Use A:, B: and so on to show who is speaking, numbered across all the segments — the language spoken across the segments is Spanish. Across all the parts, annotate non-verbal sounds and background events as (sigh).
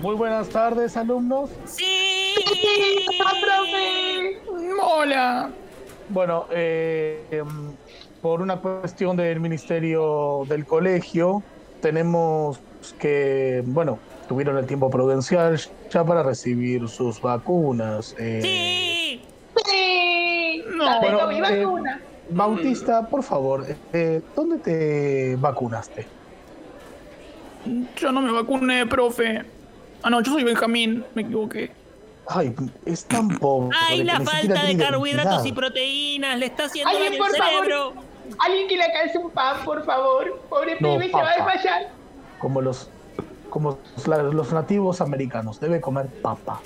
A: Muy buenas tardes, alumnos.
B: Sí.
C: Hola.
A: Bueno, eh, em, por una cuestión del Ministerio del Colegio, tenemos que, bueno, tuvieron el tiempo prudencial ya para recibir sus vacunas. eh.
B: Sí.
C: Sí.
A: Bueno,
C: No. Bueno, mi
A: eh,
C: vacuna.
A: Bautista, por favor, eh, ¿dónde te vacunaste?
D: Yo no me vacuné, profe. Ah, no, yo soy Benjamín, me equivoqué.
A: Ay, es
B: (clears throat)
A: tan pobre.
B: Ay,
A: que
B: la
A: ni siquiera
B: falta de
A: tiene
B: carbohidratos y
A: identidad.
B: proteínas le está haciendo
C: Alguien,
B: mal el
C: por
B: cerebro.
C: favor. Alguien que le alcance un pan, por favor. Pobre
A: No,
C: pibe, se va a
A: papa.
C: desmayar.
A: Como los como los- la- los nativos americanos, debe comer papa.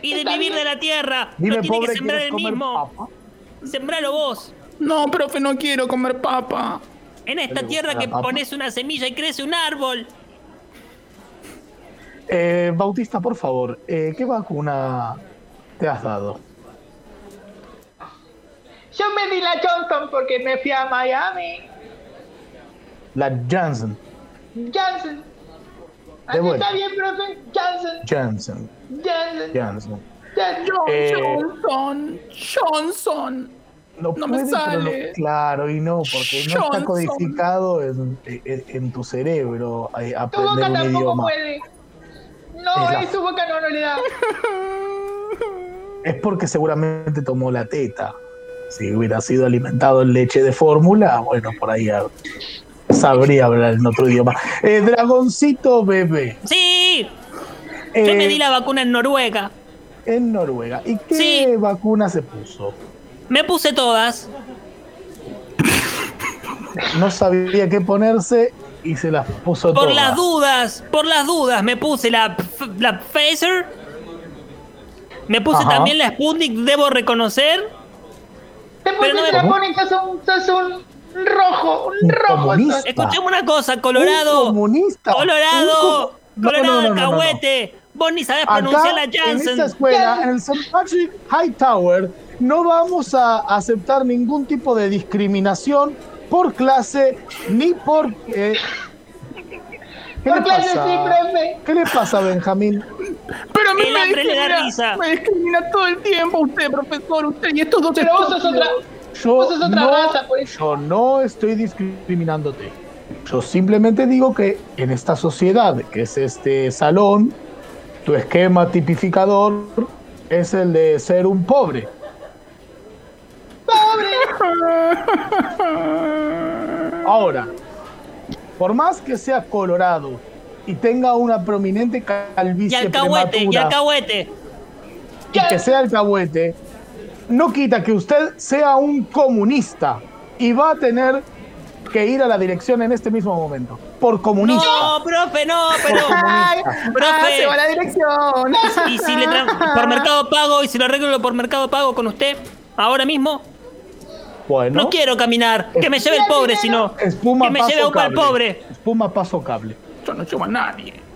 B: Y de
C: Está
B: vivir de
C: bien.
B: la tierra.
A: Dime,
B: Lo tiene que
A: pobre,
B: sembrar
A: ¿quieres
B: el
A: comer
B: mismo.
A: papa?
B: Sembralo vos.
D: No, profe, no quiero comer papa.
B: En esta
A: gusta
B: tierra
A: la
B: que
A: papa?
B: pones una semilla y crece un árbol.
A: Eh, Bautista, por favor, eh, ¿qué vacuna te has dado?
C: Yo me di la Johnson porque me fui a Miami.
A: La Janssen.
C: Johnson.
A: De
C: Así
A: vuelta.
C: está bien, profe. Johnson.
A: Janssen.
C: Johnson.
A: Janssen.
C: Johnson.
A: Eh,
D: Johnson, Johnson.
A: No,
D: No me
A: puede, pero no-
D: sale.
A: claro, y no, porque no está
D: Johnson.
A: codificado en, en- en tu cerebro eh,
C: Tu
A: aprender
C: boca
A: un
C: tampoco
A: idioma.
C: puede. No,
A: Es la-
C: es su boca no, no le da.
A: Es porque seguramente tomó la teta. Si hubiera sido alimentado en leche de fórmula, bueno, por ahí ah, sabría hablar en otro idioma. Eh, dragoncito bebé.
B: Sí. Yo me
A: eh,
B: di la vacuna en Noruega.
A: En Noruega. ¿Y qué
B: Sí.
A: vacuna se puso?
B: Me puse todas.
A: No sabía qué ponerse y se las puso
B: Por
A: todas.
B: las dudas, por las dudas me puse la, Pf- la Pfizer. Me puse
A: Ajá.
B: también la Sputnik, debo reconocer.
C: Te pones
B: no me-
C: la pone, sos un, sos un rojo, un,
A: Un
C: rojo.
A: comunista.
C: sos.
B: Escuchame una cosa,
A: Ah. Un
B: Colorado.
A: comunista. Un
B: Colorado.
A: co- No,
B: Colorado
A: no, no, no, no, no.
B: Alcahuete. Vos ni sabés pronunciar
A: Acá,
B: la
A: en
B: Janssen.
A: esta escuela, en el St. Patrick High Tower, no vamos a aceptar ningún tipo de discriminación por clase ni por... eh, ¿Qué
C: Por
A: le
C: clase
A: pasa?
C: sí, profe.
A: ¿Qué le pasa, Benjamín?
D: Pero a mí
B: El
D: me
B: hambre le da
D: discrimina,
B: risa.
D: me discrimina todo el tiempo usted, profesor, usted y estos dos
C: Pero vos sos otra.
D: (laughs) estúpidos.
A: Yo
C: Vos sos Pues otra
A: no,
C: raza, por eso.
A: yo no estoy discriminándote. Yo simplemente digo que en esta sociedad, que es este salón, tu esquema tipificador es el de ser un pobre. ¡Pobre! Ahora, por más que sea colorado y tenga una prominente
B: Y
A: calvicie
B: Alcahuete, y
A: prematura,
B: Alcahuete.
A: y que sea alcahuete, no quita que usted sea un comunista y va a tener que ir a la dirección en este mismo momento. Por comunista.
B: No, profe, no, pero.
C: (laughs) Ay,
B: Profe.
C: ah, se va la dirección.
B: Y si le
C: (laughs)
B: tra- por Mercado Pago, y si lo arreglo por Mercado Pago con usted, ahora mismo,
A: Bueno,
B: no, quiero caminar. Que me lleve el pobre, si no.
A: espuma
B: que me
A: paso
B: lleve a un
A: cable.
B: pobre.
A: Espuma paso cable.
D: Yo no llevo a nadie.